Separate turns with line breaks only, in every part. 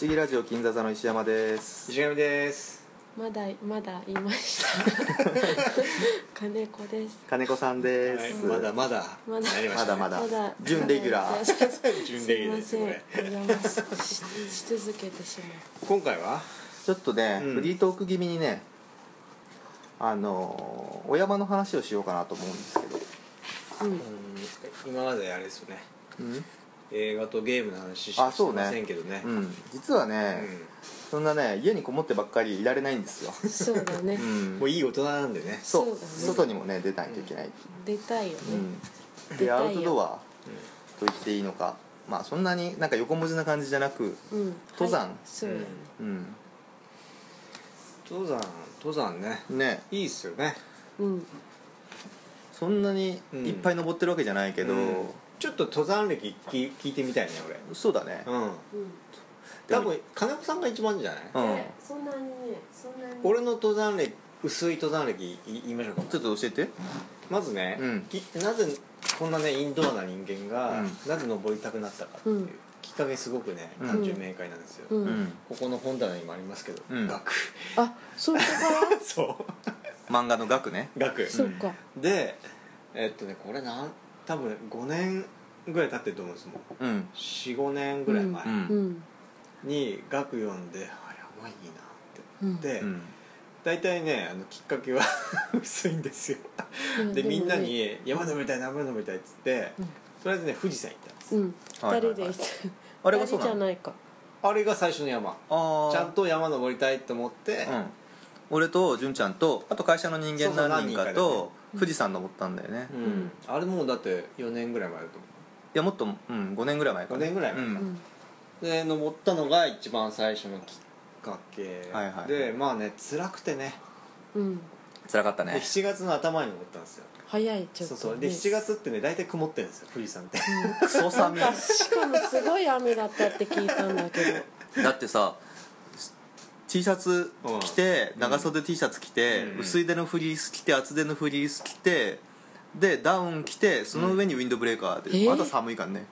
思議ラジオ金座座の石山です
石上です
まだまだ言いました 金子です
金子さんで
はい
す、
まだまだ
まだ
なりま
ま
した
だ
ね
まだ
まだ
準レギュラー
す
準レギ
い
ュラー
ま
です
せん
これ
お邪魔しし続けてしま
今回は
ちょっとね、
うん
フリートーク気味にねあのーお山の話をしようかなと思うんですけど、
うう
うんん今まであれですよね
うん
映画とゲームの話し
あ
かして
そうね
ませんけどね
うん、実はね、そんなね家にこもってばっかりいられないんですよ、
そうだね
うん
うんもういい大人なんでね
そう
そうだね
外にもね出ないといけない、
出たいよ
う
ね
ん
出たい
で
よ
アウトドアと言っていいのかまあそんなになんか横文字な感じじゃなく
うん
登山
はいそうだね
うん
登山登山ね
ね
いいっすよね
うん
そんなにいっぱい登ってるわけじゃないけ
け
ど、
ちょっと登山歴き聞いてみたいね
そうだね
俺うん
うん
多分金子さんが一番じゃない
うん
えそんなにねそんなに
俺の登山歴薄い登山歴い言いましょうか
ちょっと教えて
まずね、
うん
きなぜこんなねインドアな人間が、
うん
なぜ登りたくなったかっていう、
うん
きっかけすごくね
うん
単純明快なんですよ、
う
うん
ここの本棚にもありますけど、
うん
学
あそうか
そ
漫画の額ね
う学
そうか
でえっとねこれなん多分5年ぐらい経ってると思うんですもん
うん
45年ぐらい前
うん
うん
に学読んで、あやばいいなっ
うん
てで、
うん
大体ねあのきっかけは 薄いんですよ
うん
で
もね
みんなに「山登りたい山登りたい」っつって、
うん
とりあえずね富士山行ったんです
うん
はい
二
はいはい
人で行った
あれが
二
そ
人
う
じ
な
ゃ
の
ないか
あれが最初の山
ああ
ちゃんと山登りたいと思って、
うん俺と純ちゃんとあと会社の人間
そうそう
何人か
何人かでね
と富士山登ったんだよね
うん
うん
あれもうだって4年ぐらい前だと
い
思
やもっとうん5年ぐらい前か
5年ぐらい前
う
うんん
うで登ったのが一番最初のきっかけ、
はいはい
でまあね辛くてね
うん
辛かった
で
ね
7月の頭に登ったんですよ
早いちょっと
そ
ね
うそうで7月ってね大体曇ってるんですよ富士 山って
クソ寒い
なんかしかもすごい雨だったって聞いたんだけど
だってさ T シャツ着て
うん
長袖 T シャツ着て
うん
薄い手のフリース着て厚手のフリース着てでダウン着てその上にウィンドブレーカー
うんえ
で
ー
まだ寒いからね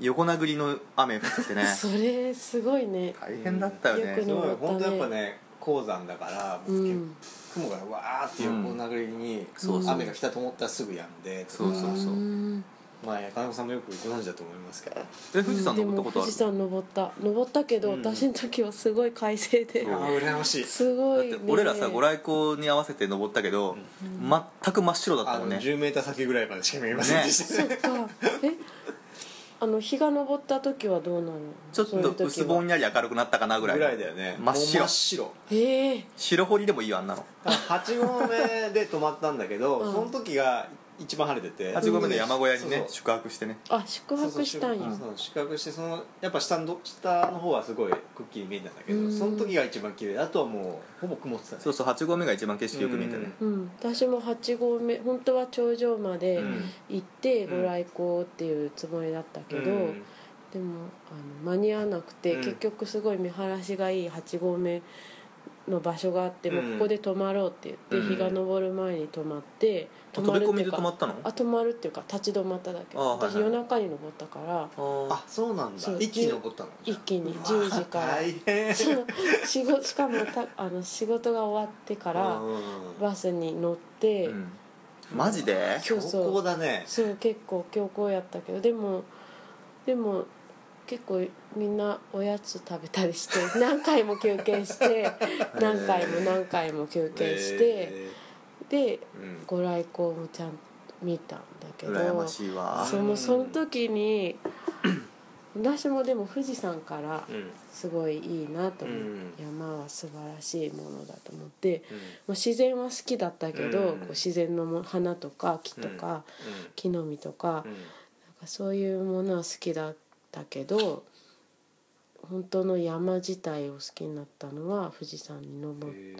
横殴りの雨降ってきてね
それすごいね
大変だったよ
よく
す
ね
ね
ごい本当やっぱね高山だから、
う
結
ん
構雲がわーって横殴りに、
そうそう
雨が来たと思ったらすぐ止んでとか
そうそうそうん
まあ金子さんもよくご存知だと思いますけど
え富士山登ったことある
でも富士山登った登ったけど、
うん
私の時はすごい快晴で
そう
ああ羨ましい
すご
だ
い、ね
っ、て俺らさご来光に合わせて登ったけど全く真っ白だっ
あ
たも
の
んね
10メーター先ぐらいまでしか見えませんでした、
そっかえあの日が昇った時はどうなの
ちょっ
そういう時
と
は
薄ぼんやり明るくなったかなぐ
ぐ
らい
らいだよね
真っ白
もう真っ白
ええ
白堀でもいいよあんなの
8合目で泊まったんだけど、
うん
その時が一番晴れてて
八合目の山小屋にね
そうそう
宿泊してね
あ宿泊したんや
そうそう宿泊してそのやっぱ下の下の方はすごいくっきり見えたんだけど、
うん
その時が一番綺麗であとはもうほぼ曇ってたね
そうそう八合目が一番景色よく見えてね
うん、私も8合目本当は頂上まで
うん
行って
うん
ご来光っていうつもりだったけど、
うん
でもあの間に合わなくて、
うん
結局すごい見晴らしがいい8合目の場所があって、もう
うん
ここで泊まろうって言って、
うん
日が昇る前に泊まって
あ
泊ま
飛
る
び込み
ってい
で
う
泊ま
か
ったの
あ泊まるっていうか立ち止まっただけ
あーはいはい
私夜中に登ったから
あ
あそうなんだ
そう
一気に登ったの
一気に10時から
うわ大変
その 仕事しかもたあの仕事が終わってから
うん
バスに乗って、
うんマジで
そ
強
うそう
行だね
そう結構強行やったけどでもでも結構みんなおやつ食べたり して何回も休憩して何回も何回も休憩して、
え
で
ーうん
ご来光もちゃんと見たんだけど
羨ましいわ
そのその時に私もでも富士山から
うん
すごいいいなと思って、
うん
山は素晴らしいものだと思っても
うん
う自然は好きだったけど、
うん
こう自然のも花とか木とか、木の実とか、
うんうん
なんかそういうものは好きだったけど本当の山自体を好きになったのは富士山に登って、
へー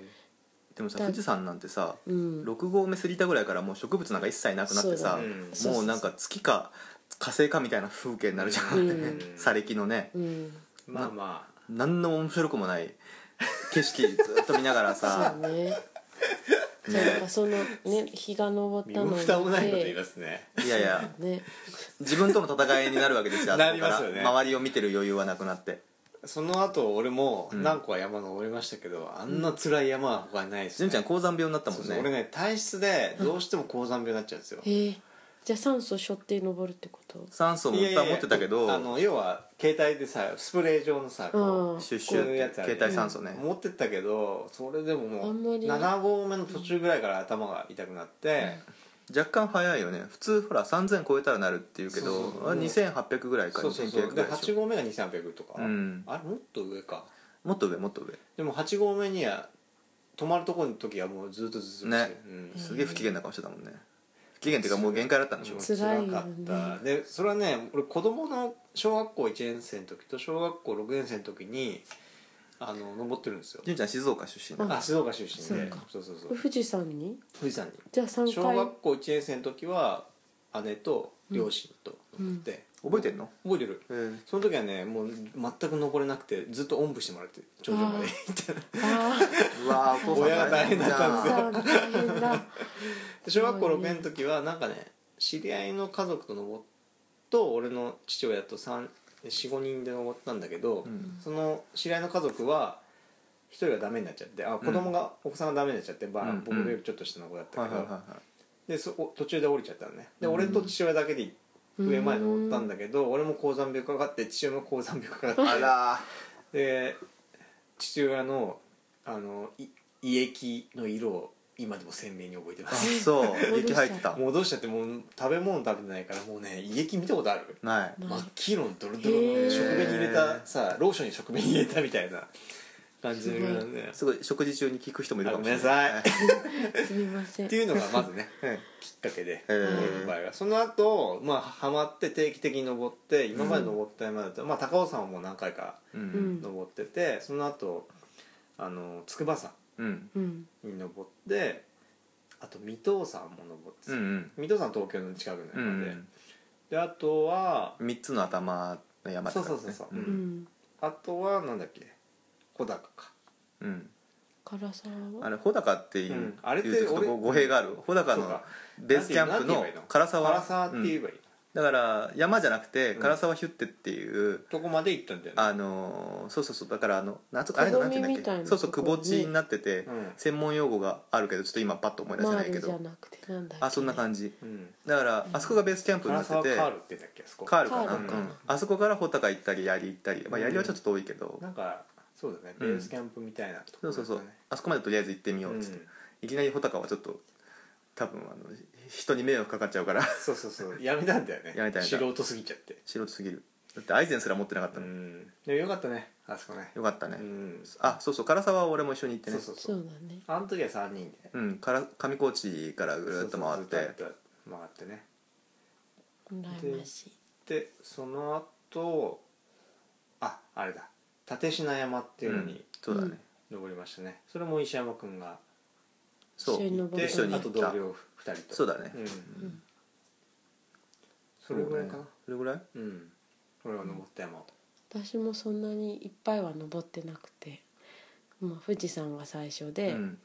でもさ富士山なんてさ
うん、
6合目過ぎたぐらいからもう植物なんか一切なくなってさ
そうだね
そう
もうなんか月か火星かみたいな風景になるじゃん、
う
ん
砂礫のね
うん
まあまあ
何の面白くもない景色ずっと見ながら さ
そう ね
ね
そうなんかそのね日が昇った
身
の
も蓋もないこと言い
て
ますね
いやいや
ね
自分との戦いになるわけですよ
なりますよね
後から周りを見てる余裕はなくなって
その後俺も
うん
何個か山登りましたけど、あんな辛い山は他にないです
純
ね
ちゃん高山病になったもんね
そうそう俺ね体質でどうしても高山病になっちゃうんですよ、
ええじゃあ酸素背負って登るってこと
酸素もいっぱい持ってたけど
いやいやいやあの要は携帯でさスプレー状のさ、こ
うん
シュッシ
こう
ュ
いうや
って
つある
携帯酸素ね、
持ってったけどそれでも
あ
も
んま
う
り
7合目の途中ぐらいから頭が痛くなって、
若干早いよね普通ほら3000超えたらなるっていうけど
そうそうそう
あれ2800ぐらいか
そうそうそ
2900
う
ぐ
で
らいでし
8
ょ
合目が2800とか、
うん
あれもっと上か
もっと上もっと上
でも8合目には泊まるとこの時はもうずっと頭痛がして
ね
うん
すげえ不機嫌な顔してたもんね不機嫌っていうかもう限界だったんでしょ
もう
辛いよね
辛かったでそれはね俺子供の小学校1年生の時と小学校6年生の時にあの登ってるんですよ
純ちゃん静岡出身だ
うん
あ静岡出身
そう
で
か
そうそうそう
富士山に
富士山に
じゃあ3
小
回
学校1年生の時は姉と両親と登って、
覚えてんの
覚えてる
へえ
その時はねもう全く登れなくてずっとおんぶしてもらって頂上まで
あー
行った
あ
うわーお父さん
親が大変だった
あ
んです
よ
さあ大 変だ
で小学校6年の時はなんかね知り合いの家族と登っと俺の父親と45人で登ったんだけど、
うん
その知り合いの家族は一人がダメになっちゃってあ子供が、お子さんがダメになっちゃって、ば
うんうん
僕よりちょっと下の子だった
はい
け
は
ど、
いはいは
でそお途中で降りちゃったのねで
うん
俺と父親だけで上まで登ったんだけど、俺も高山病かかって父親も高山病かか
いあ
っ
ら
てで父親のあのい胃液の色を今でも鮮明に覚えてま
ーあ
す
そう息入ってた
もうどうしたってもう食べ物食べてないからもうね胃液見たことある
ない
ない
真っ黄色のドロドロの
へ
ね
ー
食紅入れたさローションに食紅入れたみたいな感じの色なんだよ
すごい食事中に聞く人もいるかもしれない
あごめんな
すみません
っていうのがまずね
はいはい
きっかけで
へー
登る場合がその後まあハマって定期的に登って今まで登った山だと、まあ高尾山はもう何回か
う
うんん
登っててその後あの筑波山
うん
うん
に登ってあと水戸山も登っ
う
てて、
ん
水戸山東京の近くの
う
山で、
ん
であとは
3つの頭の山とかね
そうそうそうそう
う
うん
ん
あとはなんだっけ小高か
うん
辛さは
あれ穂高っていう、
うんあれって
いうとちょっとこう語弊がある穂高
そう
の
か
ベースキャンプ
なん
の
て言えばいいの
唐沢
唐沢って言えばいい、
うんだから山じゃなくて
うん
唐沢ヒュッテっていう、
どこまで行ったんだよね
あのーそうそうそうだからあのなんつうかあれのなんていうん
くぼみみた
だっ
い
け
な
そうそう
と
く
ころ
ぼ
に
地になってて、
うん
専門用語があるけどちょっと今パッと思い出せ
マ
ない
ー
け
ルじゃ
ど
なくてなんだっけ
あそんな感じ
うん
だからあそこがベースキャンプにな
唐
ってて
沢カールって言うんだっけあそこ
カールかな
カ
う
ー
ん
ル
か
あそこから穂高行ったり槍行ったり、まあ、槍はちょっと遠いけど、
なんかそうだね
う
ベ
ん
ースキャンプみたいなとこ
そう
ろ
そうそう、
だね
あそこまでとりあえず行ってみようっ
うん
つって、いきなり穂高はちょっと多分あの人に迷惑かかっちゃうから
そうそうそうやめたんだよね
やめたやめた
素人すぎちゃって
素人すぎるだってアイゼンすら持ってなかった
う
の、
んでもよかったねあそこね
よかったね、
うん
あそうそう唐沢は俺も一緒に行ってね
そうそうそ
そううだね
あの時は3人で
うんから上高地からぐるっと回って
そうそうずっと回ってね
羨ましい
でその後ああれだ立品山っていうのに
そうだね、
うん
登りましたね、それも石山君が
そう
一緒に登
で
る
一緒に
あ
行
と
っ
同
た
僚2人と
そうだね、
うん、
うん
それぐらいか
そう
な
ねそれぐらい
うん俺は登った山を
私もそんなにいっぱいは登ってなくてまあ富士山が最初で
うん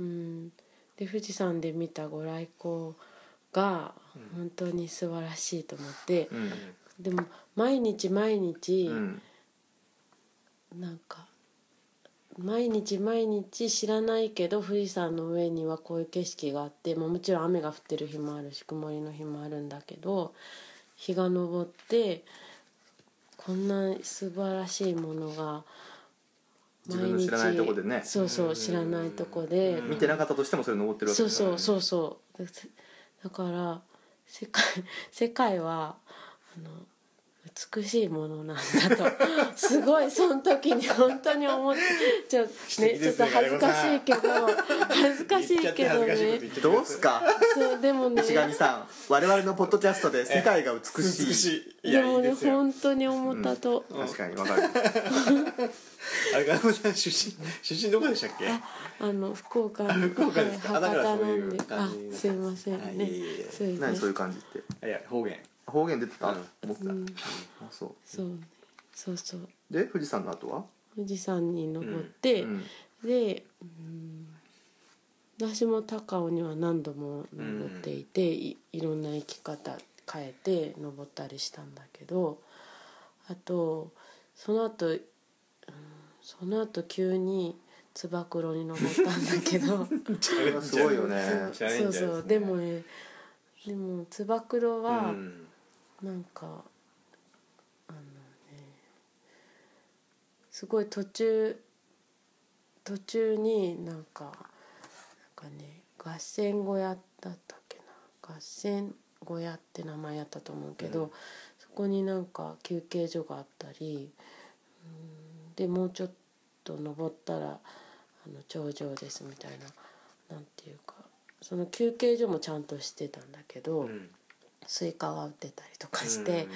うんで富士山で見た御来光が
うん
本当に素晴らしいと思って
う、ん
でも毎日毎日、
うん
なんか毎日毎日知らないけど富士山の上にはこういう景色があって、まあ、もちろん雨が降ってる日もあるし曇りの日もあるんだけど日が昇ってこんな素晴らしいものが
自分の知らないとこでね
そうそう知らないとこで
うん
見てなかったとしてもそれ登ってるわけ
そ
だ
う
から
そ
ね
うそうそうだせだから世界世界はあの美しいものなんだとすごいその時に本当に思ってちょ,、ね
指摘
ち
で
ょっ
す
と
ね
恥ずかしいけど恥ずかしいけ
言っちゃって恥ず
どね
かしいこと言っちゃって
どうすか
そうでもね
石上さん我々のポッドキャストで世界が美しい
美しいい
で
やい
も
い
ね
ですよ
本当に思ったと、
確かにわかる
あれ学さん出身出身どこでしたっけ
ああの福岡の
福岡ですか
はい
あだ
博
から
多
そう
ないん
う
で
感
あ
じになってます
すいません
あいえ
ね
いえいえ
それで
何そういう感じって
いや方言
方言出てた、
うん
僕
うん
あそう
そうねそうそう
で富士山の後は
富士山に登って、
うん
で、うん、私も高尾には何度も登っていて、いいろんな生き方変えて登ったりしたんだけどあとその後その後急につば九郎に登ったんだけど
それはすごいよね
チャレ
そ
ン
う
ジャー
そうでもねでもつば九郎
う
は
ん
なんか、あのねすごい途中途中になんかなんかね合戦小屋だったっけな合戦小屋って名前やったと思うけど、
うん
そこになんか休憩所があったりうんでもうちょっと登ったらあの頂上ですみたいななんていうかその休憩所もちゃんとしてたんだけど。
うん
スイカが売ってたりとかして、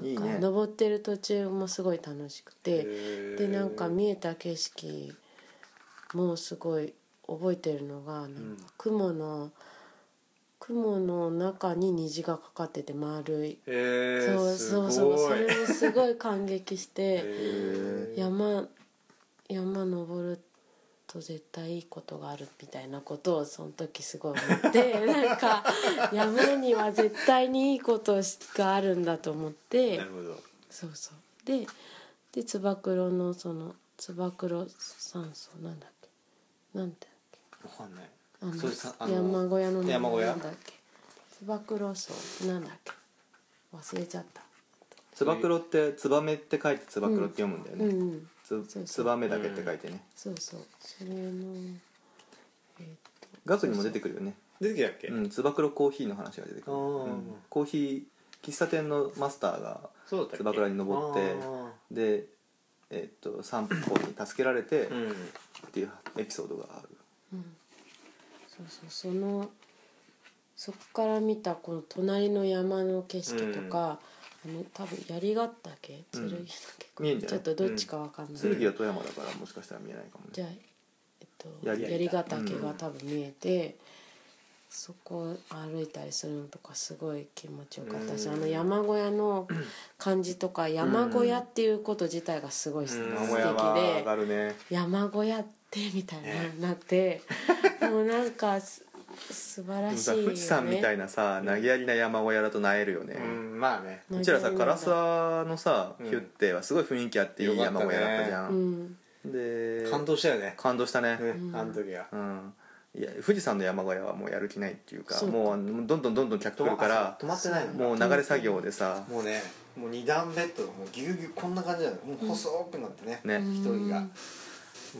うんいい
なんか
ね
登ってる途中もすごい楽しくて、
へー
でなんか見えた景色もすごい覚えてるのがなん
ん
か雲の雲の中に虹がかかってて丸い、
へー
そう
す
そ
ご
う
い
そうそれもすごい感激し て
へー
山山登ると絶対いいことがあるみたいなことをその時すごい思って なんか山には絶対にいいことがあるんだと思って
なるほど
そうそうででつば九郎のそのつば九郎山荘なんだっけなんだっけ
わかんない
あの
それさあの
山小屋の名
山小
前
屋
なんだっけつば九郎荘なんだっけ忘れちゃった
つば九郎ってつばめって書いてつば九郎って読むんだよ
うん、
ね、
うん
つつばめだけって書いてね、
そうそうそれのえーっと
ガツにも出てくるよね
出てきたっけ
うんつば九郎コーヒーの話が出てくる、
あー
うんコーヒー喫茶店のマスターが
そうだったっけ
つばくらに登って
あ
でえっと散歩に助けられてっ
ーうん
ていうエピソードがある、
うん、そうそうそのそこから見たこの隣の山の景色とか、あの多分槍ヶ岳
う
剣
ん
岳、
見えんじゃ
ち
な
ょ
い
っとどっちかわかんない、
剣は富山だからもしかしたら見えないかも
じ
ね
ゃあ、えっと、
槍
ヶ
槍ヶ岳が多分見えて、そこ歩いたりするのとかすごい気持ちよかったし、
うん
あの山小屋の感じとか山小屋っていうこと自体がすごい素
う
敵
ん
で。
名古屋は上がるね
山小屋ってみたい
ね
ななって、もうなんかす素晴らしいよね
富士山みたいなさ投げやりな山小屋だとなえるよね、
うんまあね
うちらさ
な
唐
んか
沢のさ
うん
ヒュッテはすごい雰囲気あっていい山小屋だったじゃ、
うんん
で
感動したよね
感動したね、
ね
ん
あの時は
うんいや富士山の山小屋はもうやる気ないっていうか
そう
もうあのどんどんどんどん客来るから
止まってないの
もう流れ作業でさ
もうねもう二段ベッドがもうギュウギュウこんな感じなのもう細くなってね
ね
一人が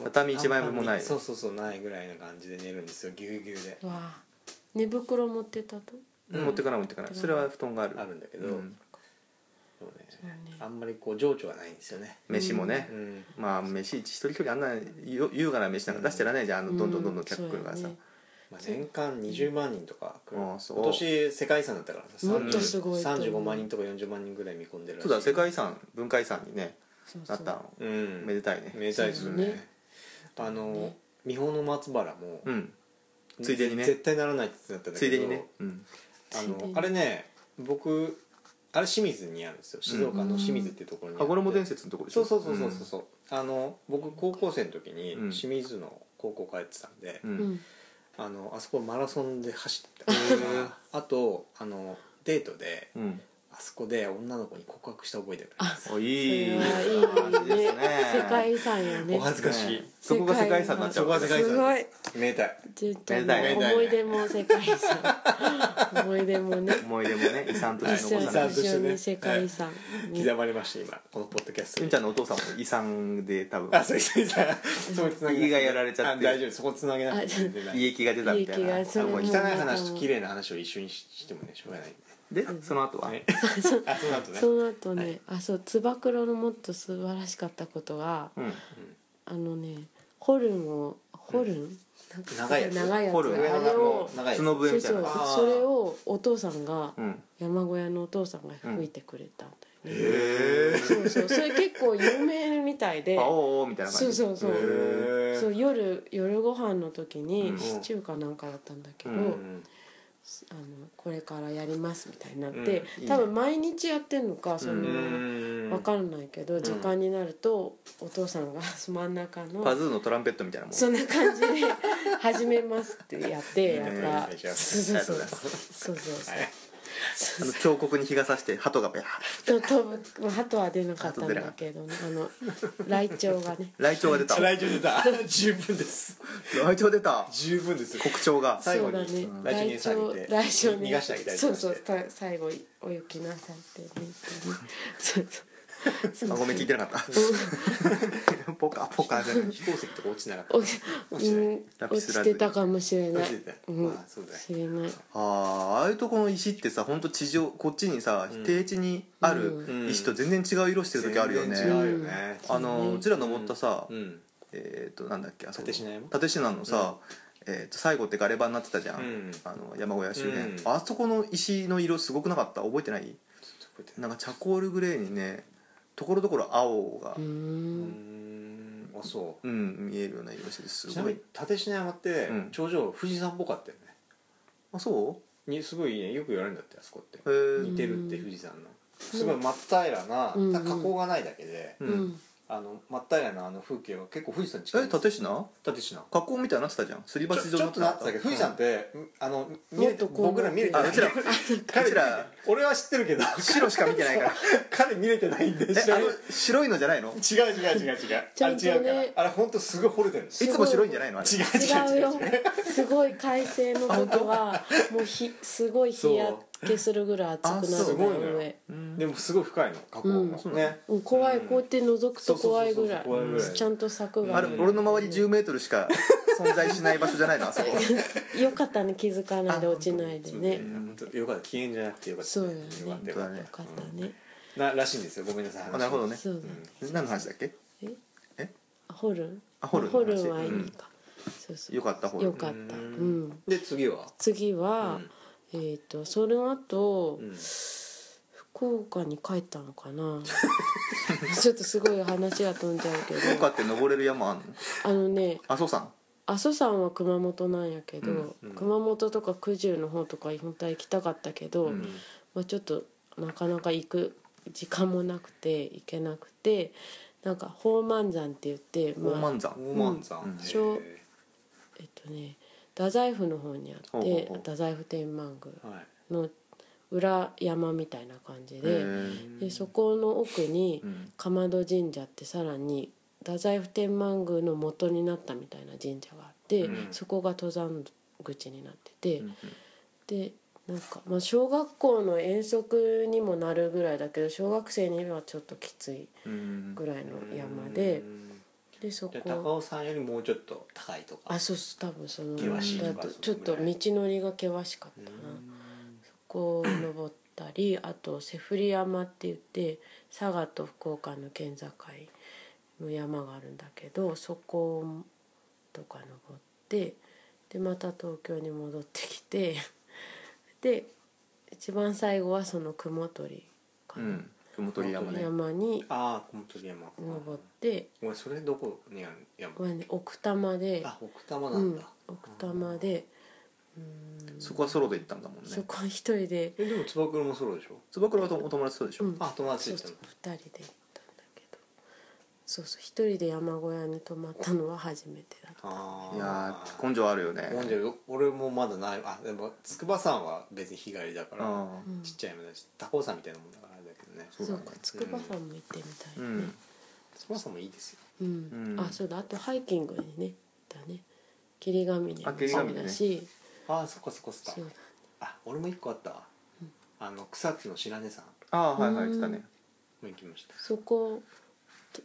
畳一枚分もない
そうそうそうないぐらいな感じで寝るんですよギュウギュウで
わあ寝袋持ってたと、
うん
持ってかない持ってかないそれは布団がある
あるんだけど、
うん
そうね
うね
あんまりこう情緒がないんですよね、
飯もね
うん、
まあ飯一人一人あんなよ優雅な飯なんか出してられないじゃんあのどんどんどんどん客来るからさ
うん
まあ、年間20万人とか来る、
ああそう
今年世界遺産だったからさ
もっとすごいと思う
35万人とか40万人ぐらい見込んでるらし
そ
いう
だ世界遺産文化遺産にね
そうそ
な
う
ったの
うん
めでたいね
めでたいですよね
ね
あの
ね
三保の松原も、
うんついでにね
絶対ならないってなったんだ
つ
け
い
ど
でにねうん
あ
ついで
の
に
あれね僕あれ清水にあるんですよ静岡の清水っていうところにあって
羽衣伝説のとこでし
そ
ょ
うそうそうそうそうあの僕高校生の時に
うん
清水の高校帰ってたんで、
うん
う
うん
ん
あのあそこマラソンで走ったりとかあとあのデートで
うん
あそこで女の子に告白した覚えてる
おいい
それはいいね世界遺産やね
お恥ずかしい、
ねそこが世界遺産になっちゃう
そこが世界遺産
すごい
めでたい
ずっとね
めでたい
ね
思い出も世界遺産 思い出もね
思い出もね遺産と
一
して
緒
残さ
遺
に
な
産
い
としてね
一緒に世界遺産ね
刻まれました今このポッドキャスト
ゆ
に
んちゃんのお父さんも遺産で多分
あそうそうそうそこつなげなくて
胃がやられちゃって
あ大丈夫そこつなげなくて全然大
胃
丈
液が出たみたい
胃
な
液がそう
あもう
夫
汚い
汚い話と綺麗な話を一緒にししてもねしょうがないん
でその後は
で、ね、あそうだとね
その後ね、あそうつば九郎のもっと素晴らしかったことが
うん
あのねホルンをホルン、なんかすご
長いやつ
長いやつ
ホルン
あれを
長い
角笛
そう
みたい
そう
な
あー
それをお父さんが、
うん
山小屋のお父さんが吹いてくれたんだよね、
へ
そうそうそれ結構有名みたいで
えあおうおうみたいな
そ
感
う
じ
そうそう
へえ
そうう夜夜ご飯の時
う
に
ん
シチューかなんかだったんだけど、
うん
あのこれからやりますみたいになって、
うん
いいね
多分毎日やってんのかその、
う
分
わかんないけど、時間になるとお父さんが真ん中の
パズーのトランペットみたいなもん
そんな感じで「始めます」ってやってや
ね
った
え
そう
あり
そうそう
がとうございま
そうそうそう
あの峡谷に日が差して鳩がビャー
と飛ぶ鳩は出なかったんだけどねあのライチョウがね
ライチョウが 出た
来場出た十分です
ライチョウ出た
十分です
国鳥が
最後
そうだ
に
ね
ライチョウに餌あげて
ライチョウに
逃がしてあげたりと
そう
かして
そうた最後お行きなさいってねそうそう
あごめん聞いてなかったポカポカじゃない
飛行石とか落ちなかった
おうん
ラピ
落
スラズリ
ちてたかもしれない
落ちてた
うん
まあそうだね
知れない
あーああいうとこの石ってさ本当地上こっちにさ、
うん
低地にあ
う
る
ん
石と全然違う色してる時あるよね、
全然違うよね
あの
うん
うちら登ったさ、
うん
えっ、となんだっけあそこ
蓼科山
蓼科のさ、えー、と最後ってガレ場になってたじゃん、
うん
あの山小屋周辺、
うん
あそこの石の色すごくなかった覚えてないなんかチャコールグレーにねところどころ青が
うー、
うー
ん
んあそ
うん見えるような色しててす
うちな
ご
み
い
に立科山って
うん
頂上富士山っぽかったよね
あそ
にすごいねよく言われるんだってあそこって
うへー
似てるって富士山のすごい真っ平らな
うん
ただ火口がないだけで
う
うんん
あの真っ平らなあの風景は結構富士山に
え
近いんですよ
蓼科
立科
学校みたいになってたじゃんすり
ち
鉢
ょ
状
ち
に
ょっとなってたけど富士山ってあの見え
もっとこう
僕ら見れて
あ
な
う
い
ちらうちら
俺は知ってるけど
白しか見てないから
彼見れてないんで
え
知ら
あ
ない
の白いのじゃないの
違う違う違う違う
ちゃんとね
あれ違うからあれ本当すごい惚れてるんです
い
違う
つも白いんじゃないのあれ
違う
違う
違う
よすごい快晴のことはもうひすごい日焼けするぐらい暑くな
そうあ
る
す
ごいのよ
上
うん
でもすごい深いの加工
うん
も
そう
ね
うん怖いこうやって覗くと怖いぐ
そうそうそうそ
らい
う怖いぐらい
ちゃんと柵が
あれ俺の周り1 0ルしか存在しない場所じゃないのあそ こ
よかったね気づかないで落ちないでね
本当よかった機嫌じゃなくてよかった
そうよね
よかったよかっ
うん
よかったね
たならしいんですよごめんなさい
あなるほどね
そうだ
何の話だっけ
え
え
ホルン
あホルン
ホルンはいいかそうそう
よかったホルン
よかっ
う
たうんん
で次は
次はえっとその後
うん
福岡に帰ったのかな ちょっとすごい話が飛んじゃうけ
福
ど
岡って登れる山あんの
あのね
阿蘇山
阿蘇山は熊本なんやけど、
うん
うん
熊本とか九十の方とか本当は行きたかったけど、
うん
まあ、ちょっとなかなか行く時間もなくて行けなくてなんか宝満山って言って、
宝
まあ
満山
大満さ
うん
ん
しょえっとね太宰府の方にあって
ほうほうほう
太宰府天満宮
はい
の裏山みたいな感じ
へ
で,、
ー
でそこの奥に、
うん
竈門神社ってさらに太宰府天満宮の元になったみたいな神社があって、
うん
そこが登山口になってて、
うん
でなんか、まあ、小学校の遠足にもなるぐらいだけど小学生にはちょっときつい
うん
ぐらいの山で
うん
でそ
じゃあ高
こ
尾さんよりもうちょっと高いとか
あそうそう多分その
険
しいと
だ
か
と
そのぐらい
ちょっと道のりが険しかっ
う
たな。
ん
こう登ったりあとセフリ山って言って佐賀と福岡の県境の山があるんだけどそことか登ってでまた東京に戻ってきてで一番最後はその雲取か
う
な、
ん雲取山ね
山に
ああ本当に山
登って、
お前それどこにある山
まあね、奥多摩で、
あ奥多摩
う
なん
ん
だ、
奥多摩でうん
そこはソロで行ったんだもんね
そこは一人で、
えでもつば九郎もソロでしょ
つば九郎とお友達とでしょ
うん
あ友達
そ
で
う
行った
そう
の
2人で行ったんだけどそうそう一人で山小屋に泊まったのは初めてだった
ああ
いやー根性あるよね
もんじゃよ俺もまだないあでも筑波山は別に日帰りだから、
あー
うん
ちっちゃい山だし高尾山みたいなもんだからあれだけどね
そう
そ
だ
う
ね
か筑波山も行ってみた
う
いね
ん
筑波山もいいですよ
うん、
うん
あそうだあとハイキングにねだね霧ヶ峰も
あ霧ヶ
そ
峰
う
ね
だし、
ああそこそこそこ
そうだ
あ俺も一個あったわ、あの草津の白根山
ああーはいはい言ってたね
も行きました
そこって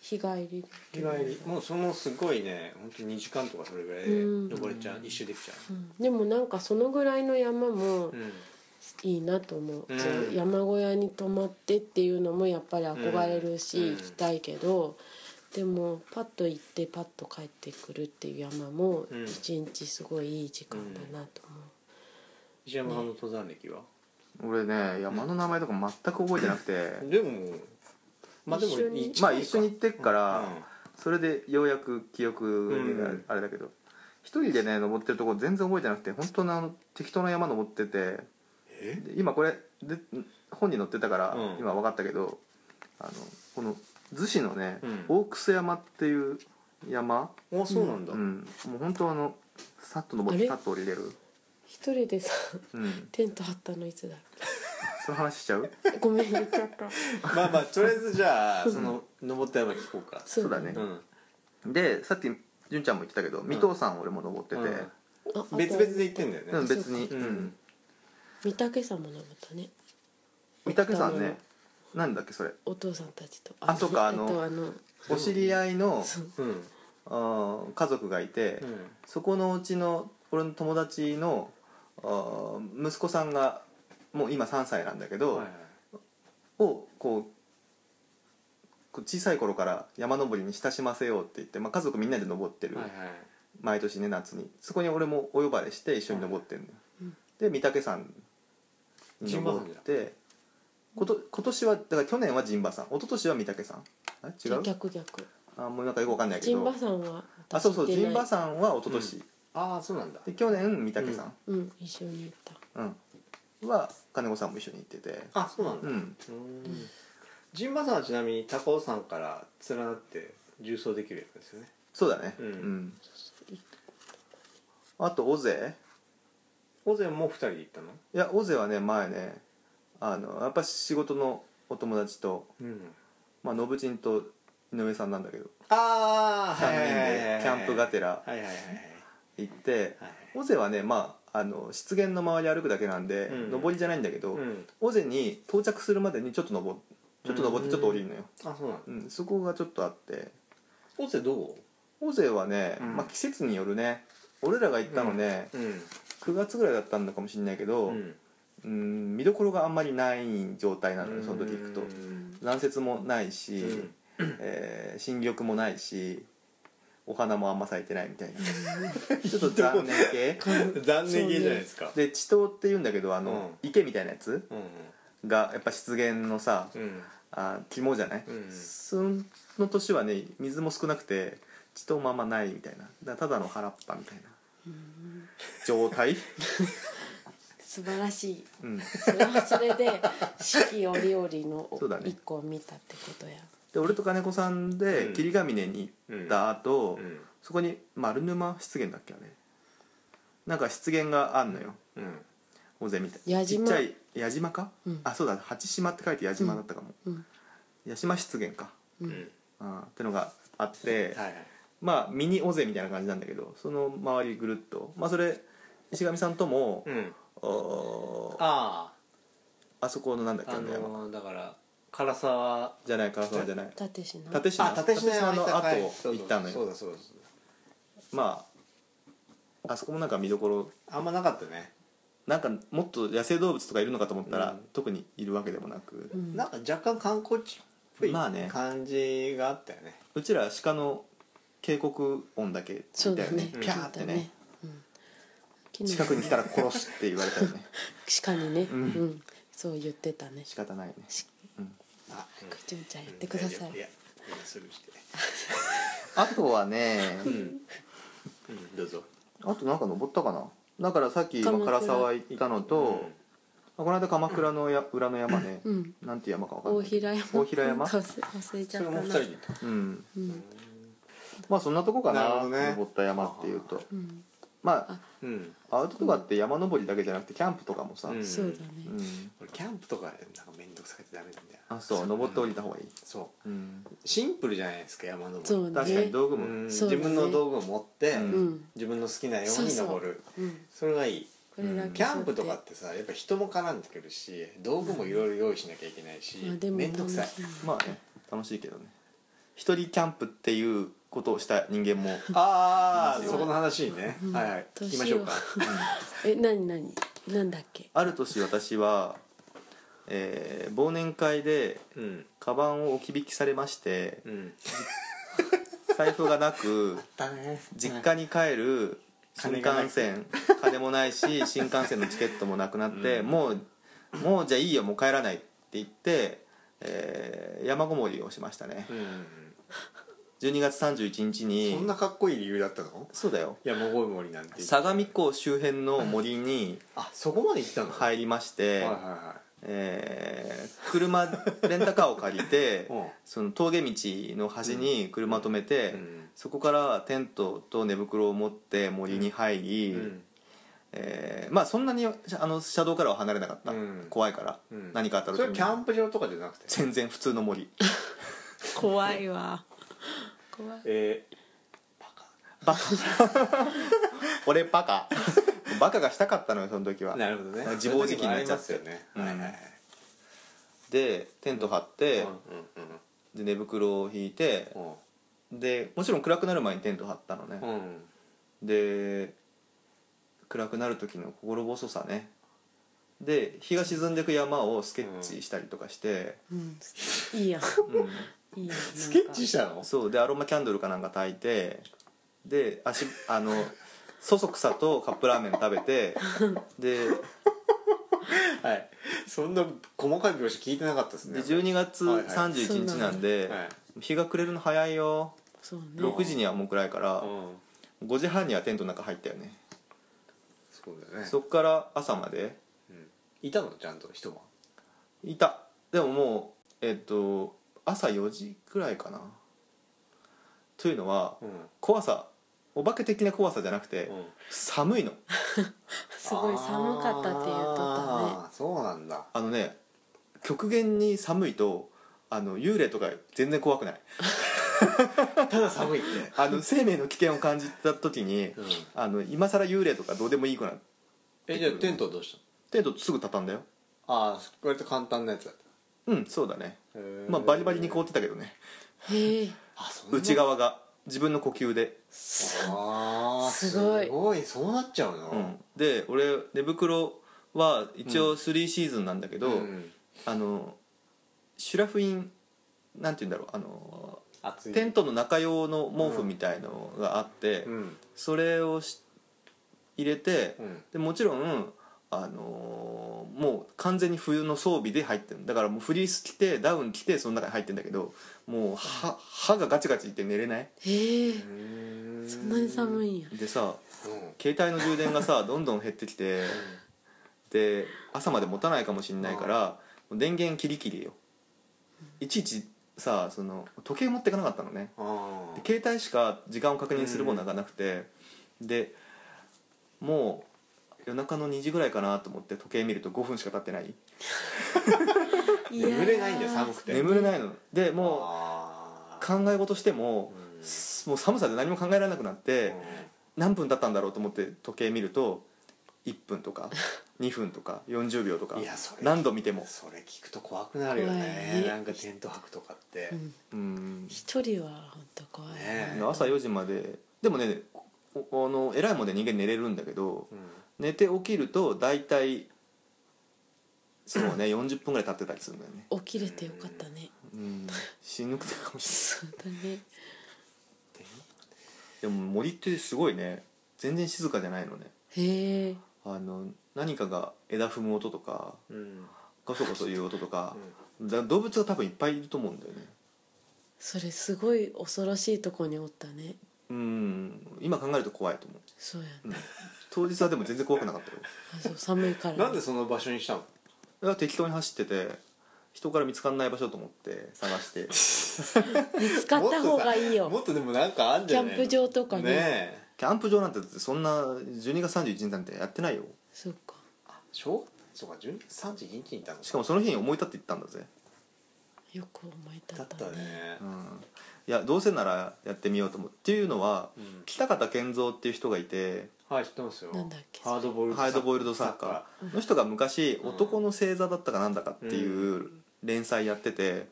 日帰り
日帰りもうそのすごいね本当に2時間とかそれぐらいで
うん
登れちゃう、一周できちゃ
う
う、
ん、でもなんかそのぐらいの山も
うん
いいなと思う、
うん
そう山小屋に泊まってっていうのもやっぱり憧れるし、
うん
行きたいけどでもパッと行ってパッと帰ってくるっていう山も
うん
一日すごいいい時間だなと思う、
石山さんの登山歴は、
俺ね山の名前とか全く覚えてなくて
でもまあでも
一緒に
まあ一緒に行ってっか
あ
らそれでようやく記憶があれだけど一人でね登ってるとこ全然覚えてなくて本当にあの適当な山登ってて
え
で今これで本に載ってたから
うん
今分かったけどあのこの逗子のね
うん
大楠山っていう山
あそうなんだ、
うんもう本当あのさっと登って
あれ
さっと降りれる
一人でさ
うん
テント張ったのいつだっ
その話しちゃう
け ごめん言っちゃった
まあまあとりあえずじゃあその登った山聞こうか
そうだね
う、ん
でさっき純ちゃんも言ってたけど未登山俺も登ってて、
うん
ああと
別々で行ってんだよね
うん別に、
う
うんん、
御嶽山も登ったね
御嶽山ねなんだっけそれ
お父さんたちと
あそうかあの
えっとあの
お知り合いの、
そう
うん
あー家族がいて、
うん
そこのうちの俺の友達のあー息子さんがもう今3歳なんだけど、
はいはい
をこうこう小さい頃から山登りに親しませようって言って、まあ、家族みんなで登ってる、
はいはい
毎年ね夏にそこに俺もお呼ばれして一緒に登ってるのよ、
うん
で御嶽山に登ってこと今年はだから去年は陣馬山一昨年は御嶽山あ違う
逆逆
あもうなんかよくわかんないけ
陣
ど
馬山は
あそうそう
私行って
陣
ない
馬山は一昨年、
ああそうなんだ
で去年御嶽山、
うん一緒に行った
うんは金子さんも一緒に行ってて
あそうなんだ
う
うんーん陣馬さんはちなみに高尾山から連なって縦走できるやつですよね
そうだね
う
うんん、あと尾瀬
午前も二人で行ったの
いや尾瀬はね前ねあのやっぱ仕事のお友達と
うん
まあ信ちんと井上さんなんだけど
ああ
3人でキャンプがてら
はいはいはいはい
行って
はい
尾瀬はねまああの湿原の周り歩くだけなんで、
うん
登りじゃないんだけど、
うん
尾瀬に到着するまでにちょっと登っちょっと登ってちょっと降りるのよ、
あそうなんだ
うんそこがちょっとあって
大勢どう
尾瀬はね、
うん
まあ、季節によるね俺らが行ったのね、
うん
9月ぐらいだったのかもしれないけど、
うん
うん見どころがあんまりない状態なのよその時行くと
うん
残雪もないし、
うん
えー新緑もないしお花もあんま咲いてないみたい なちょっと 残念系
残念系じゃないですか
で地頭っていうんだけどあの、池みたいなやつ
うん
がやっぱ湿原のさ
うん
あ肝じゃない、
うん
その年はね水も少なくて地頭もあんまないみたいなだからただの原っぱみたいな
うん
状 態、
素晴らしい
うん、
それは それで四季折々の
そうだね
一個を見たってことや
で俺と金子さん
う
で
ん
霧ヶ峰に行った後、
うん
そこに丸沼湿原だっけあれなんか湿原があんのよ
うん
大勢みたい
矢島
ちっちゃい矢島か、
うん
あそうだ八島って書いて矢島だったかも、
うん
矢島湿原か
う
うんん
あってのがあって、
はいはい
まあミニ尾瀬みたいな感じなんだけどその周りぐるっとまあそれ石上さんとも、
うん
おーあ
あ
そこのなんだっ
あ
け
あ
あの山
のーだから唐沢
じゃないからそうじゃない
立石の
立
あ立石
の
の
後
後
行ったの
そう
よ
だそうだそう
まああそこもなんか見どころ
だあんまなかったね
なんかもっと野生動物とかいるのかと思ったら、
うん
特にいるわけでもなく、
う
うん
なんか若干観光地っぽい
まあね
感じがあったよね
ちら鹿の警告音だけ
そうだ
よ
ね
ピャーってね
うん
近くに来たら殺すって言われたよ ね
鹿にね、う
うん
んそう言ってたね
仕方ないね
し
あうん
くちゅんちゃん言ってください、
うんややいやスルーして
あとはね
うんうんどうぞ
あとなんか登ったかなだからさっき今
鎌倉
唐沢行ったのと、あこの間鎌倉のや裏の山ね、
うん
なんて山かわかん
大
ない
平山
大平山
なんか 忘れ忘れ
そ
ちゃ
れ
っ
も
たな
二人で行っ
う
た
ん
うん
まあそんなとこか
なる
な
ほどね
登った山っていうと
うん
ま
あ
あ
うん
アウトドアって山登りだけじゃなくてキャンプとかもさ、
うん
そうだね、
うん
俺キャンプとかでなんか面倒くさくてダメなんだよ
あそう登って降りた方がいい、
そ
うん、
うシンプルじゃないですか山登り
そう
確かに道具
う
も、
ん
そう
自
だ
分
ね
の道具を持って
う
うん
自分の好きなよう
そう
に
そう
登る
うん
それがいい
これだけ
キャンプとか
そうや
っ
って
さやっぱ人も絡んでくるし道具もいろいろ用意しなきゃいけないして
まあでも
面倒くさい
まあね楽しいけどね一人キャンプっていうことをした人間 も、
あ
いい
あ
です
そ
よ
この話いいね
うん
はいはい
ど
聞
う
きま
し
し
よ
ょ
う
うか
え何何なんだっけ
ある年私は、えー忘年会で
うん
カバンを置き引きされまして
うん
財布がなく
だね
実家に帰る新幹線金もないし新幹線のチケットもなくなって、
うん
もうもうじゃあいいよもう帰らないって言って、えー山ごもりをしましたね
うん
12月31日に
そんなかっこいい理由だったの
そうだよ
いやもごい森なんて
相模湖周辺の森に
あそこまで行ったのい
入りまして、
はいは
えー 車レンタカーを借りて
いはい
その峠道の端に車止めて、
うん
そこからテントと寝袋を持って森に入り、
うん
えーまあそんなにあの車道からは離れなかった、
うん
怖いから、
うん
何かあった
そ
時
れは
に
キャンプ場とかじゃなくて
全然普通の森
怖いわ怖い
え
バカ俺バカ バカがしたかったのよその時は
ーなるほどね
自暴自棄になっちゃって
そういう時もありますよね
うん
はいはいはい
でテント張って、
う
で寝袋を引いて
んうん
でもちろん暗くなる前にテント張ったのね
う、んうん
で暗くなる時の心細さねで日が沈んでく山をスケッチしたりとかして、
うんいいやん
うん
いいやん
スケッチしたの
そうでアロマキャンドルかなんか焚いてで足あのそそくさとカップラーメン食べてで
はいそんな細かい描写聞いてなかったです
で
ね
12月
はいはい
31日なんで、
はい
日が暮れるの早いよ
そうね
6時にはもう暗いから
うん
5時半にはテントの中入ったよね
そうだね
そっから朝まで
うんいたのちゃんと一晩
いたでももうえっと朝4時くらいかなというのは
うん
怖さお化け的な怖さじゃなくて
うん
寒いの
すごい寒かったって言うとったね
あーそうなんだ
あのね極限に寒いとあの幽霊とか全然怖くない
ただ寒いって
あの生命の危険を感じた時に
うん
あの今更幽霊とかどうでもいいくなって
えじゃあテントはどうしたの
テントすぐ畳んだよ
ああ割と簡単なやつだっ
うんそうだね
た
まあバリバリに凍ってたけどね
へえ
あそんな
内側が自分の呼吸で
あー
すごい
すごいそうなっちゃうの
うんで俺寝袋は一応3シーズンなんだけど、
うん
あのシュラフインなんて言うんだろうあの
暑い
テントの中用の毛布みたいのがあって、
うん
それをし入れて
うん
でもちろんあのーもう完全に冬の装備で入ってるだからもうフリース着てダウン着てその中に入ってんだけどもう歯歯がガチガチいって寝れない
へえ
そ
そんなに寒いんや
でさ
うん
携帯の充電がさどんどん減ってきてで朝まで持たないかもしれないからもう電源キリキリよいちいちさその時計持ってかなかったのね
あ
で携帯しか時間を確認するものがなくて、でもう夜中の2時ぐらいかなと思って時計見ると5分しか経ってない
いやー
眠れないんだよ寒くて
眠れないのでもう
あ
考え事しても
うん
すもう寒さで何も考えられなくなって何分経ったんだろうと思って時計見ると1分とか2分とか40秒とか
いやそれ
何度見ても
それ聞くと怖くなるよ
怖い
ね
ね
なんかテント泊とかって
うん
うん
一人は本当怖いな
ねえ
朝4時まででもねここの偉いもんで人間寝れるんだけど寝て起きると大体そうね40分ぐらい経ってたりするんだよね
起きれてよかったね
うん死ぬくてかもし
そうだね
れないでも森ってすごいね全然静かじゃないのね
へえ
あの何かが枝踏む音とか
うん
ガソガソいう音とか
うん、
だ動物が多分いっぱいいると思うんだよね
それすごい恐ろしいとこにおったね
うん今考えると怖いと思う
そうや
うん
ね
当日はでも全然怖くなかったよ
あそう寒いから
なんでその場所にしたの
だから適当に走ってて人から見つかんない場所と思って探して
使った方がいい
も
よ
っとでもなんかあんじゃないの
キャンプ場とかね
ねえ
キャンプ場なんてそんな12月31日なんてやってないよ
そうか
小そうか12月31日にいたの
しかもその日に思い立って行ったんだぜ、
よく思い立
だ
っ
ったた
ね
ね
うん、いやどうせならやってみようと思うっていうのは
うん
北方健三っていう人がいて
はい知ってますよ
なんだっけ
ハードボイルドサッカー
ハイドボイルドサッカーの人が昔「
うん
男の星座だったかなんだか」っていう連載やってて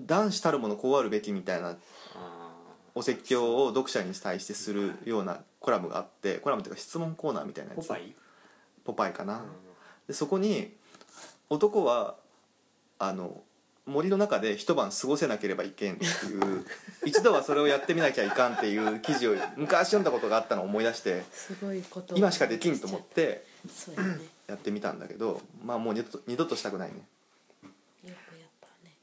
男子たるものこうあるべきみたいな
あ
お説教を読者に対してするようなコラムがあってコラムっていうか質問コーナーみたいな
ー
や
ポ
つ
パイ
ポパイか
う
な、
ん
でそこに男はあの森の中で一晩過ごせなければいけんっていう 一度はそれをやってみなきゃいかんっていう記事を昔読んだことがあったのを思い出して
すごいこと
今しかできんと思って
そうやねよ
やってみたんだけどまあもう二度と二度としたくないね
くやったね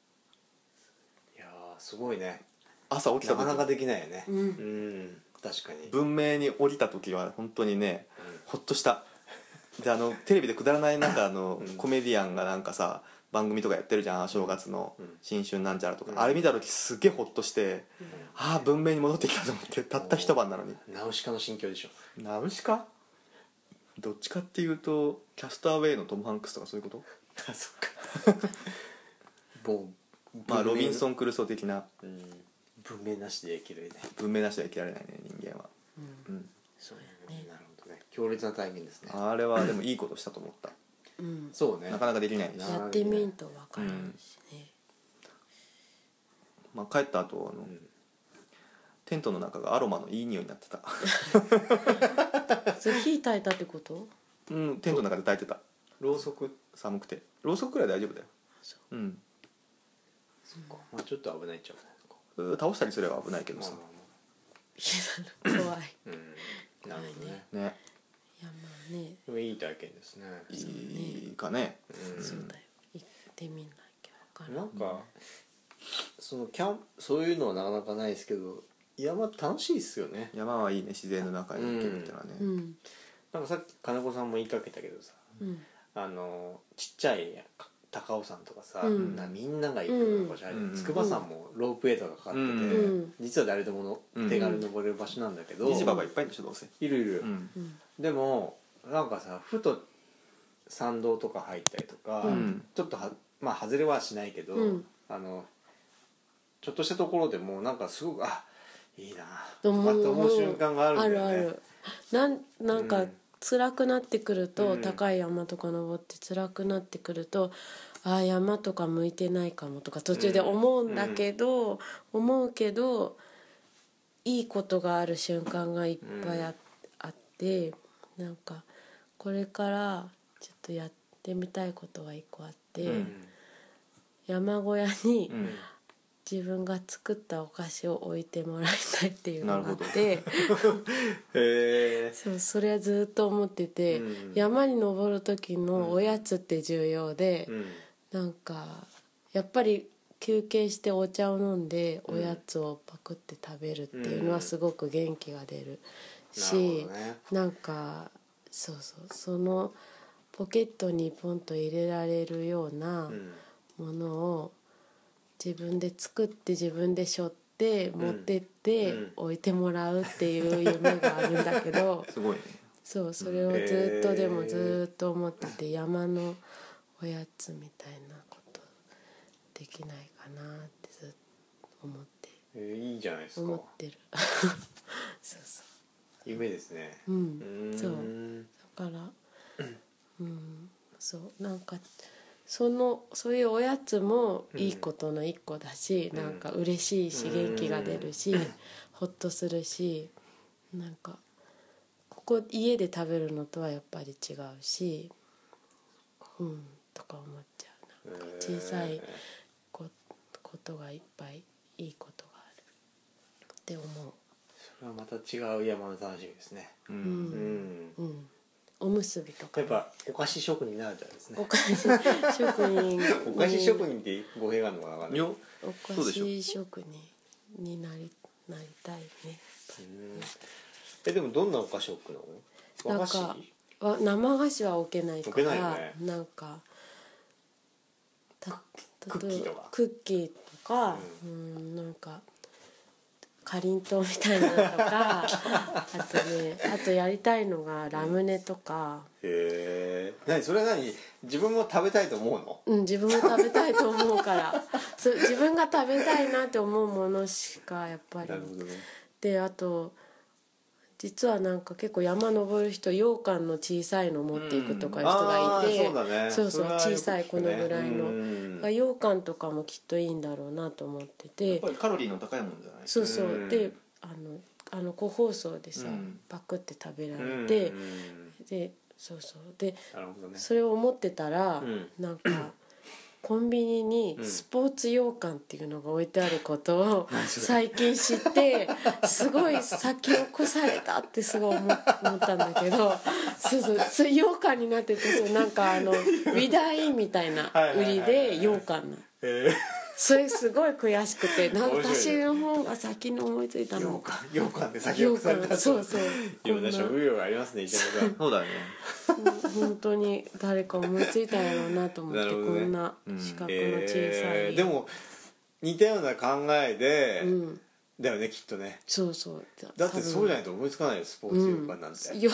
いやーすごいね
朝起きた
なか
時
なかできないよね
うん
ん確かに
文明に降りた時は本当にねほっとしたであのテレビでくだらないなんかあの、
うん
コメディアンがなんかさ番組とかやってるじゃん正月の
うん
新春なんちゃらとか、
うん
あれ見た時すっげえほっとしてああ文明に戻ってきたと思ってたった一晩なのに
ナウシカの心境でしょ
ナウシカどっちかっていうとキャスターウェイのトム・ハンクスとかそういうこと
あそっか もう
まあロビンソ
ン
ン・クルソー的な
うん文明なしで生きるね
文明なしでは生きられないね人間は、
う
うん、
そうやねなるほどね強烈な体験ですね
あれはでもいいことしたと思った
ん、うん
そうね
なかなかできないし
な
やってみんと分からんしね、
まあ、帰った後あ
う
の、
ん
テントの中がアロマのいい匂いになってた
それ火炊いたってこと
うんテントの中で炊いてた
ろうそく
寒くてろうそくくらい大丈夫だよ
そ
うん
まあちょっと危ないっちゃうね
うー倒したりすれば危ないけど
まあ
さ
まあま
ういや怖い
あうんなるほどね
ね
いやまあね
でもいい体験ですね
いいかね
うん
そうだよ行ってみなきゃ分から
なんんかそのキャンそういうのはなかなかないですけど山楽しいっすよね
山はいいね自然の中に行けるってのはね、
うん
なんかさっき金子さんも言いかけたけどさ
うん
あのちっちゃい高尾山とかさ、
うん
なみんなが行く場所ある、
うん
筑波山もロープウェイとかかかってて、
うん
うん
実は誰でもの、
うん
手軽に登れる場所なんだけど、
ニジババいっぱいいるでしょどうせ、
いるいる、
うん
うん
でもなんかさふと参道とか入ったりとか、
うん
ちょっとはまあ外れはしないけど、
うん
あのちょっとしたところでもうなんかすごくあいいなと
と思う
かって思う瞬間があるん
あ
だよね
るあるなんなん
う
か
ん
辛くなってくると、
うん
高い山とか登って辛くなってくるとああ山とか向いてないかもとか途中で思うんだけど、思うけどいいことがある瞬間がいっぱいあ,、
うん
あってなんかこれからちょっとやってみたいことは一個あって、
う
うんん
山小屋に
うん
自分が作ったお菓子を置いてもらいたいっていうのがあっ
なる
て。
へえ
そうそれはずっと思ってて、
うん
山に登る時のおやつって重要で、
うん
なんかやっぱり休憩してお茶を飲んで
うん
おやつをパクって食べるっていうの
う
は
ん
すごく元気が出る
なる
し、
ほどね
なんかそうそうそのポケットにポンと入れられるような
うん
ものを自分で作って自分で背負って持ってって
うん
置いてもらうっていう夢があるんだ けど。
すごいね
そうそれをずっとで
へ
も
ー
ずっと思ってて山のおやつみたいなことできないかなってずっと思って
えーいいじゃないです
思
か
ってる そうそ
夢ですね
うう
うんーん
そうだからうんそうなんかそのそういうおやつもいいことの一個だし、
うん
なんか嬉しいし
うん
元気が出るし、ほっとするしなんかここ家で食べるのとはやっぱり違うしうんとか思っちゃうななんか小さい
へ
こことがいっぱいいいことがあるって思
ーそれはまた違う山の楽しみですね
う
う、うん
うん
んうん、おむすびとか
やっぱお菓子職人ならではです
お
ね
菓子職人
お菓子職人って語弊があるのかなわかんない
よ
お菓
そうでしょ
子職人になりなりたいね
うんえでもどんなお菓子を食うの和
なん
菓子
かわ生菓子は置けないから
置けないよね
なんかた
ククッキーとか
クッキーとかう
うん
なんかかりんとうみたいなのと かあとねあとやりたいのがラムネとか、
へえ何それは何自分も食べたいと思うの
うん、自分も食べたいと思うから そう自分が食べたいなって思うものしかやっぱり
なるほどね
であと実はなんか結構山登る人羊羹の小さいの持っていくとかいう人がい
あー
て、
そうだね
そうそう
れはよく聞くね
小さいこのぐらいの
うん
が羊羹とかもきっといいんだろうなと思って
やってぱりカロリーの高いもんじゃない
そうそう、
うん
であのあの個包装でさ、
うん
パクって食べら
うん
れて、
うん
でそうそうで
なるほどね
それを思ってたら、
うん
なんかコンビニに
うん
スポーツ羊羹っていうのが置いてあることを
何それ
最近知ってすごい先を越されたってすごい思思ったんだけどそうそうそう羊羹になっててそうなんかあの美大みたいな
はいはい
売
はい
り
はい
で羊羹な
え
それすごい悔しくてなんか
面白
私
いね
の方が先に思いついた
ー
の
羊羹羊羹で先を
羊
越された
羹そうそう
いろんな職業がありますね伊沢さん
そうだよね
本当に誰か思いついたんやろうなと思っ
な
て
る
こ
ほどね
んな四角の小さ
え
い
ーでも似たような考えで
うん
だよねきっとね
そうそう
だってそうじゃ
い
ないと思いつかないよスポーツ旅館なんて、
うん、よ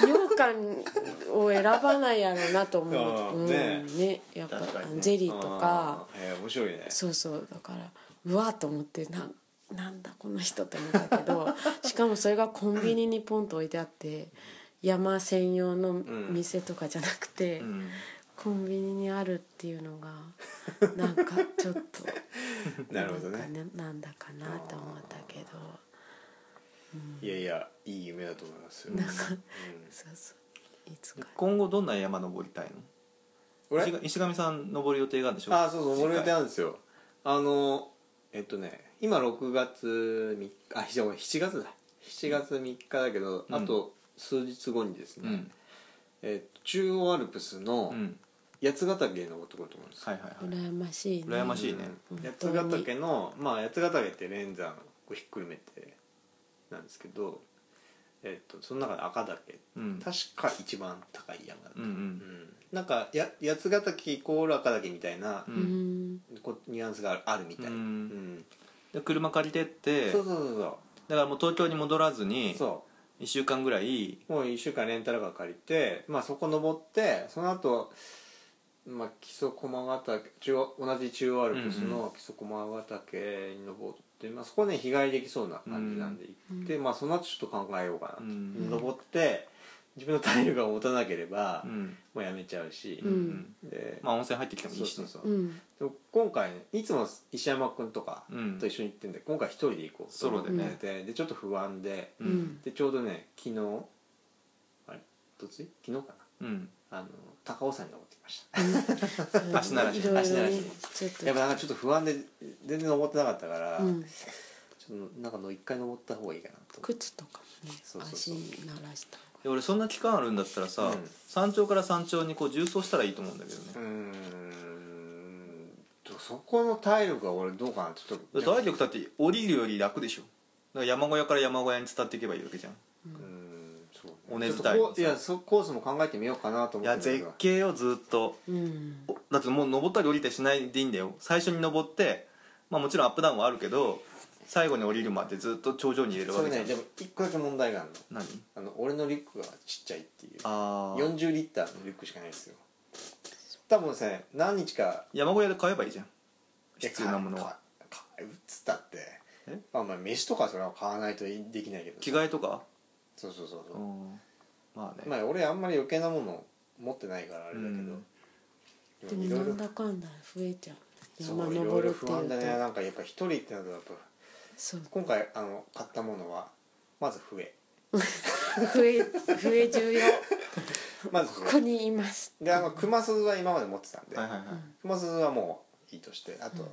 羊羹を選ばないやろうなと思
ああ
う、うん、
ね
ねやっぱ
確かにね
ゼリーとか
あーへー面白いね
そうそうだからうわーと思ってななんだこの人って思った けどしかもそれがコンビニにポンと置いてあって山専用の店とかじゃなくて、
うん
コンビニにあるっていうのがなんかちょっと
なるほどね
なんかなんだかなと思ったけど
いやいやいい夢だと思いますよ、
なんか
うん
そうそういつか
今後どんな山登りたいの
俺
石が石上さん登る予定があるんでしょ
あそうそう俺の予定
あ
なんですよあのえっとね今6月3日あじゃあ7月だ7月3日だけど、
うん
あと数日後にです
う
ね、
ん
えっと中央アルプス
う
の
ん
八ヶ岳へ登ってこようと思うんです
は
よ、
いはいはい
羨ましいね
羨ましいね
うん
八ヶ岳の、まあ、八ヶ岳って連山をひっくるめてなんですけど、えっと、その中で赤岳
うん
確か一番高い山だった、
うんう
うんんなんかや八ヶ岳イコール赤岳みたいな
う
うんん
こニュアンスがあるあるみたい、
うん
うん
で車借りてって
そうそうそうそ
だからもう東京に戻らず
う
に
そ
1週間ぐらいう
もう1週間レンタルカー借りて、まあ、そこ登ってその後、まあ木曽駒ヶ岳中央同じ中央アルプス
うんう
の木曽駒ヶ岳に登って、まあ、そこね日帰りできそうな感じなんで行って、まあ、その後ちょっと考えようかなと、
うん
登って自分の体力が持たなければ、
うん
もうやめちゃうし
う、ん
で、
まあ温泉入ってきてもい
そ
いうし
そ
ね
うそう
う、ん
で今回ねいつも石山君とか
うん
と一緒に行ってんで今回一人で行こう
ソロで
ね
ででちょっと不安で
う
うんん
でちょうどね昨日あれどっち昨日か
うん
なあの高尾山に登ってきました
うん
足慣らし
いろいろ
足慣らし
ねちょっ
やっぱ
と
なんかちょっと不安で全然登ってなかったから、
うん
ちょっとなんかの一回登った方がいいかなと
靴とかもね
そうそうそ
足
う
慣らした
で俺そんな期間あるんだったらさ、
うん
山頂から山頂にこう縦走したらいいと思うんだけど
う
ね、
ーんとそこの体力は俺どうかなちょっと
体力だって降りるより楽でしょだから山小屋から山小屋に伝っていけばいいわけじゃん
う
うー
ん
んそうね
おねず
ちょ
た
っ
い
とこういやそコースも考えてみようかなと
い
思っ
や
てんだけ
絶
ど
景をずっと
うん
おだってもう登ったり降りたりしないでいいんだよ最初に登ってまあもちろんアップダウンはあるけど最後に降りるまでずっと頂上に入れるわ
そ
け
れ
じゃん、
ねでも一個だけ問題があるの
何
あの俺のリュックがちっちゃいっていう
ああ
40リッターのリュックしかないですよ多分ですね何日か
山小屋で買えばいいじゃん
いや
必要なものは
かかかっつったって
え
まあまあ飯とかそれは買わないといできないけど
着替えとか
そうそうそう
う
そ
んまあね
うまあ俺あんまり余計なもの持ってないからあれだ
うん
けど、
で
いろ
も
い
な
ろ
んだかんだ増えちゃう
そう
山
いろいろ
登るって
不安だね
いうと
なんかやっぱ一人ってなるとやっぱ
そう
今回あの買ったものはまず笛
増え増え重要
まず
こ
笛
こにいます
であの熊鈴は今まで持ってたんで、
はいはいはい、
熊鈴はもういいとしてあと、
うん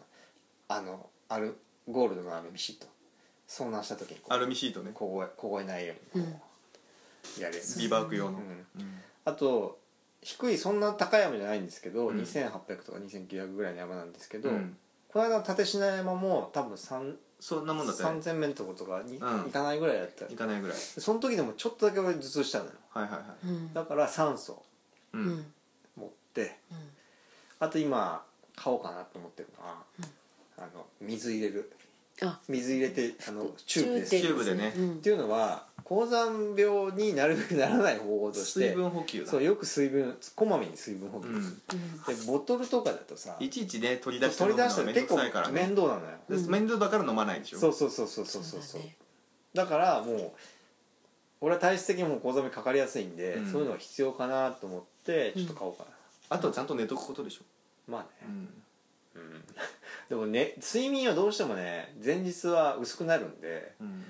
あのあるゴールドのアルミシート遭難した時にこう
アルミシートね
凍え凍えないようにこうやるやつ、
ビバーク用の、
うん
うん
あと低いそんな高い山じゃないんですけど、
うん
2800とか2900ぐらいの山なんですけど、
うん
この間の立科山も多分3
そんなもんだったら
3000メートルとか
う
に、
ん
行かないぐらいだった
行かないぐらい
その時でもちょっとだけ俺頭痛したのよ
はいはいはい
うん
だから酸素
う
うんうん
持ってあと今買おうかなと思ってるのは、あの水入れる
あ
水入れてあのチューブです
チューブでね
うん
っていうのは高山病になるべくならない方法とし
水
て
分補給だ
そうよく水分こまめに水分補
う
給す
ん
うん
る、でボトルとかだとさ
いちいちね取り出して飲
取
む
り
のは面
出したら結
倒
構
くさいから
面
ね
倒なのよ、
で
うん
面倒だから飲まないでしょ
そううそうそうそうそうそうそう
だね
だからもう俺は体質的にもう高山病かかりやすいんで、
うん
そういうのが必要かなと思ってちょっと買おうかな、
あとはちゃんと寝とくことでしょ
まあね、
うん
うんでもね睡眠はどうしてもね前日は薄くなるんで
うん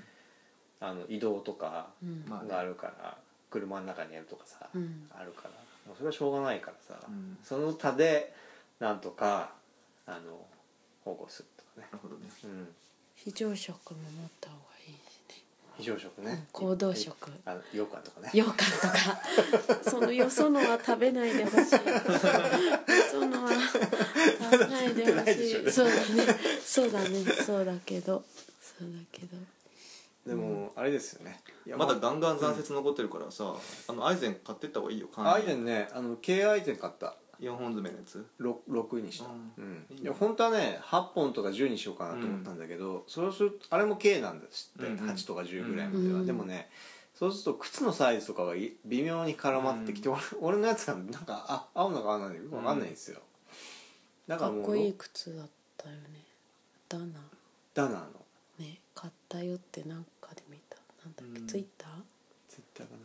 あの移動とか
うん
まあね
があるから、車の中にやるとかさ、
うん
あるからもうそれはしょうがないからさ、
うん
その他でなんとかあの保護するとかね
な、るほどね
うん、
非常食も持った方がいい
非常食
し
ね
ね、行動食
あの羊羹とかね
羊羹とか そのよそのは食べないでほ しいよそのは食べないでほしいそうだねそうだねそうだけどそうだけど
でもあれですよねいや
まだガンガン残雪残ってるからさあのアイゼン買ってった方がいいよ
アイゼンねあの K アイゼン買った
4本詰めのやつ
6, 6にした、
うん
うん
いいね
いや本当はね8本とか10にしようかなと思ったんだけど、そうするとあれも K なんですって、
うんうん
8とか10ぐらいまでは、
うん
でもねそうすると靴のサイズとかがい微妙に絡まってきて、俺 俺のやつがなんかあ合うのか合わないのかよく分かんないんですよ、だから
かっ
もう
こいい靴だったよねダナ
ダナーの
ね買ったよってなんかで見たなんだっけ、
うん
ツイッター
ツイッターかな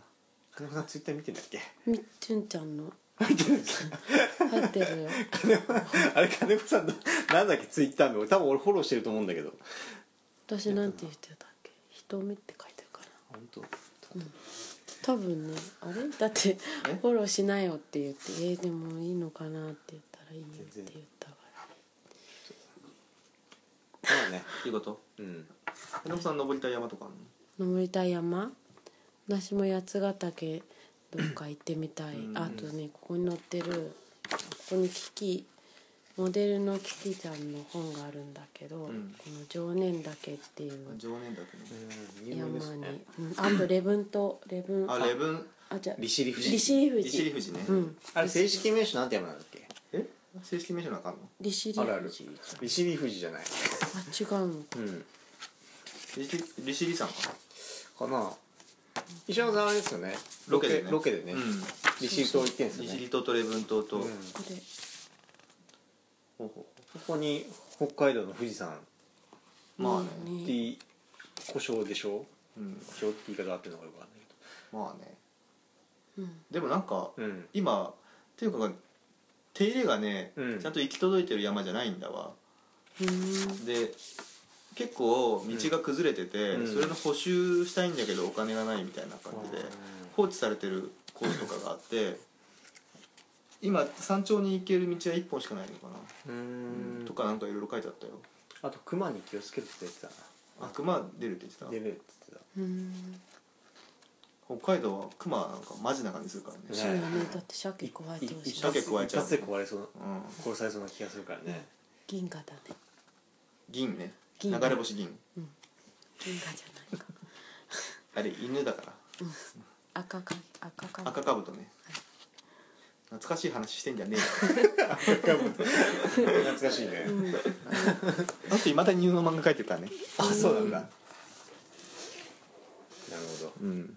金子さんツイッター見てんだっけ
みっちゅんちゃん の
見てるんだっけ
入ってるよ
あれ金子さんのなんだっけツイッター名俺多分俺フォローしてると思うんだけど
私なんて言ってたっ け「瞳」って書いてるかな
本当
多分ねあれだって
え
「フォローしなよ」って言って「えー、でもいいのかな」って言ったら「いいよ」って言ったから
まあね
っていうこと
うん
榎本さん登りたい山とかあんの
登りたい山私も八ヶ岳どっか行ってみたい、
うん
あとねここに載ってるここにキキモデルのキキちゃんの本があるんだけど、
うん
この常念岳っていう
常念岳ね
うん有
山
名
に
です、ね
うんあとレブン島レブン
あレブン
あじゃあ
利尻富士
利尻富
利尻
士
富士ね
うん
あれ正式名称なんて山なんだっけ
え正式名称なんかあんの
利尻
あるあ
富
る
士
利尻富士じゃない
あ違うの
うん
利尻利尻山か
かな石山さんあれですよね
ロケでね
ロケでね
うん
利尻島行ってんです
利
よね
尻島とレブン島と、
うん
これ
ほうほ
ここに北海道の富士山
うまあね、
うん
ってい故障でしょ
うん、
故障って言い方合ってるのかよくわか
ま
んない
あね
うん
でもなんか、
けどうん
今っていうか手入れがね、
うん
ちゃんと行き届いてる山じゃないんだわ
うん
で結構道が崩れてて、
うん
それの補修したいんだけどお金がないみたいな感じで、放置されてるコースとかがあって今山頂に行ける道は1本しかないのかな、
うーん
とかなんかいろいろ書いてあったよ
あと熊に気をつけるって言ってた
あ熊出るって言ってた
な出るって言って
うん
北海道は熊なんかマジな感じするからね、
そうだねだって鮭加えてほ
た
しい
一発
一発で壊れそう
うん、
殺されそうな気がするからね
銀河だね
銀ね
銀
流れ星銀
銀河じゃないか
あれ犬だから
赤か赤か
赤かぶとね懐かしい話してんじゃね
懐かしいね
うん、
えよ あといまだに犬の漫画描いてるからね
あそうなんだなるほど
うん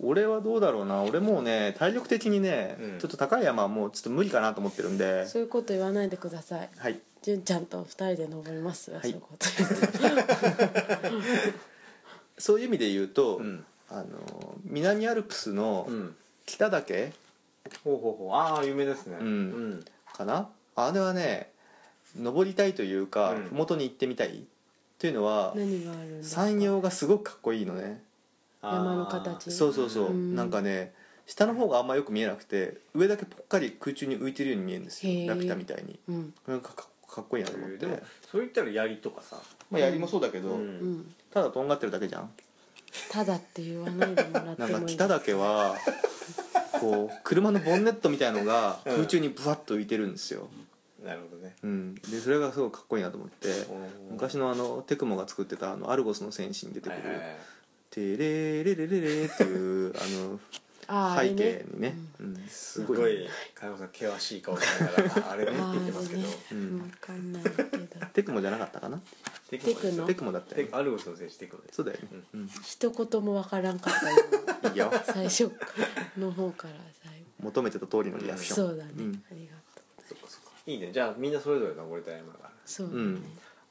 俺はどうだろうな俺もうね体力的にね、
うん
ちょっと高い山はもうちょっと無理かなと思ってるんで
そういうこと言わないでください
はい
純ちゃんと二人で登りますよ、
はい
そういうこと言うと
そういう意味で言うと、
ん
あの南アルプスの
うん
北岳
ほうほうほうああ有名ですね
うん
うん
かな、あれはね登りたいというか、
うん
麓に行ってみたいというのは
何があるんですか
山陽がすごくかっこいいのね
あー
山の形
そうそうそう、
うん
なんかね下の方があんまよく見えなくて上だけぽっかり空中に浮いてるように見えるんです
へ
よ
ー
ラピュタみたいに
うん
なんかかかっこいいなと思って
でもそう言ったら槍とかさ
まあ、槍もそうだけど、
うん
うん
ただとんがってるだけじゃん
ただって言わないでもらって
な
も
ん
いい
か北岳はこう車のボンネットみたいのが空中にブワッと浮いてるんですよ、
なるほどね
うん、でそれがすごいかっこいいなと思って昔
の
のあのテクモが作ってたあのアルゴスの戦士に出てく
はい
る
はい
「
はい
テレレレレレ」っていうあの
あーあれ
背
ね
景にね、うん
すごい金子さん険しい顔しなが らあれねって
あ
言ってます
ー
け
あ
ど
れね、
うん
わかんないけど
テクモじゃなかったかな
テ
クノ
ですよ
テクモだったよ
テ
ね
クアルゴスの選手テクノです
そうだよね、うん、
一言もわからんかったよ
いいよ
最初の方から最後
求めてた通りのリアクション
そうだね、
うん
ありがと
そ
う
っかそっかいいねじゃあみんなそれぞれ登れた山がある
そうだ
う
ね
ん、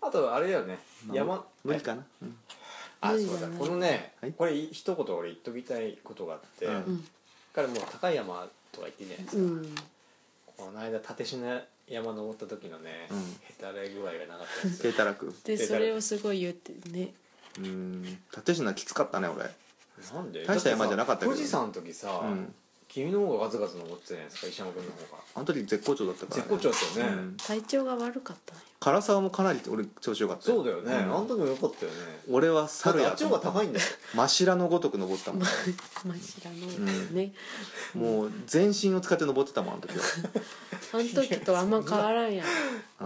あとあれだよね
まあ
山
無理かな、うん
あ
無理じゃ
そうだ
ない
このね、
はい
これ一言俺言っときたいことがあって、
うん
うん
彼もう高い山とか言ってんじゃないです
う
か、
ん
この間立科山登った時のね、
うん
へたれ具合がなかったんですよ
手たらく
で
で
それをすごい言ってね
うん立科きつかったね俺
なんで
大した山じゃなかったけど
だてさ富士山の時さ、
うん
君の方がガツガツ登ってたじゃないですか石山君の方が
あの時絶好調だったから、
絶好調だったよね、
うん
体調が悪かったのよ
唐沢もかなり俺調子よかった
そうだよね、
ん
あの時も良かったよね
俺は
だっ
猿
てあ
や
っ
と
ちの
思っ
方
た
が高いんだよ
真白のごとく登ってた もん
真っ白のね、
もう全身を使って登ってたもんあの時 は
あの時とあんま変わらんやん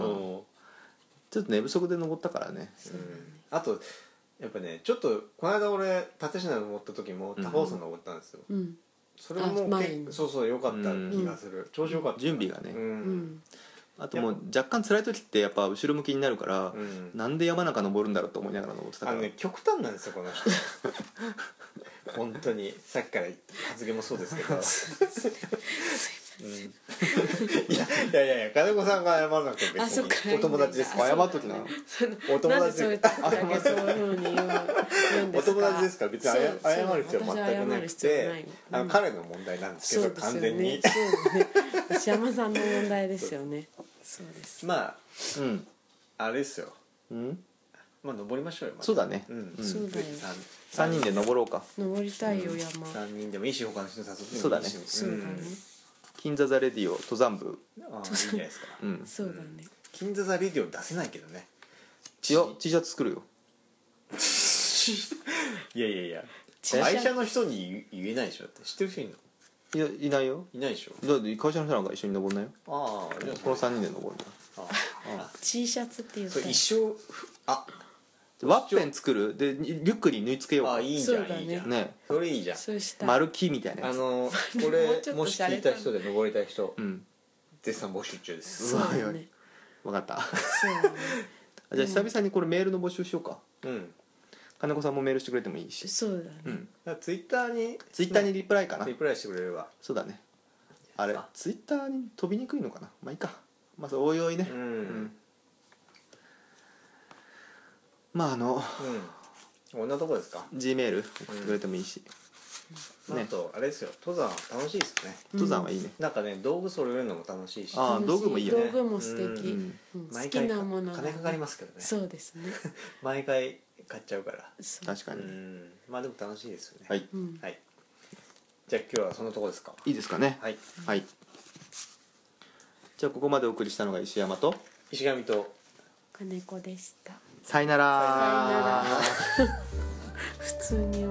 うん
うん
ちょっと寝不足で登ったからね
そうだね
あとやっぱねちょっとこの間俺立科登った時も
うん
高尾山登ったんですよ、
うん
それも
あ前
結
に
そうそう良かった気がする、調子良かった
準備がね
うん
う、ん
あともう若干辛い時ってやっぱ後ろ向きになるから、
うん
なんで山中登るんだろうと思いながら登ってた
あ
か
の
ら、
ね極端なんですよこの 人本当にさっきから発言もそうですけ どうんいやいやいやいや金子さんが謝らなくても
あ
別
そっ
に
か
お友達です
あ
から
そう謝っときな
その
お友
なんで
達
そういう時だけそういうふうに言う言うんですか
お友達ですから別にあや
そう
謝る必要は全くなく
そう私は謝る必要
て
はない
あの
うん
彼の問題なんです
そ
け
う
ど
です
完
よ
全
ね
に
そうね 石山さんの問題ですよねそうです
まあ
うん、
あれですよ
うん、
まあ登りましょうよまた
そうだね、
うん
そうだよ
3人で登ろうか
登りたいよ山
三人でもいいし他の人に誘ってもいいし
そうだね
そうだね
金座座レディオ登山部、
うんああいいじゃないですか
うん、
そうだね
金座座レディオ出せないけどね
いや T シャツ作るよ
いやいやいや
自社
会社の人に言えないでしょだって知ってる人いるの
いやいないよ
いないでしょ
だって会社の人なんか一緒に登んないよ
ああじゃあ
この3人で登るんだよ
T シャツって言った
それ一生ふあ
ワッペン作るでリュックに縫い付けよう
あ
か
あいいじゃ
そ
ん
うだね
いいじゃん
ね
それいいじゃん
そうしたい
丸木みたいな
あ
やつ
のこ
もうち
れ
ょっと
もし聞いた人で登りたい人
うん
絶賛募集中です
そうだね
分か った
そうだね
じゃあ久々にこれメールの募集しようか
うん
金子さんもメールしてくれてもいいし
そうだ
う
ね
ん
ツイッターに
ツイッターにリプライかな
リプライしてくれれば
そうだねあれ
あ
ツイッターに飛びにくいのかなまあいいかまあそうおいおいね
うんうん
まああの
こんなとこですか
G メール送ってくれてもいいし
あ
ね
とあれですよ登山楽しいですね
登山はいいね
なんかね道具揃えるのも楽しいし
あー道具もいいよね
道具も素
う
敵
ん
うん好
毎
き
回
なものが
金かかりますけどね
そうですね
毎回買っちゃうから
そう
確か
う
に
んまあでも楽しいですよね、
はいい
うん
はい、じゃあ今日はそのとこですか
いいですかね
はい
はいじゃあここまでお送りしたのが石山と
石神と
金子でした
さよなら
さよなら
普通に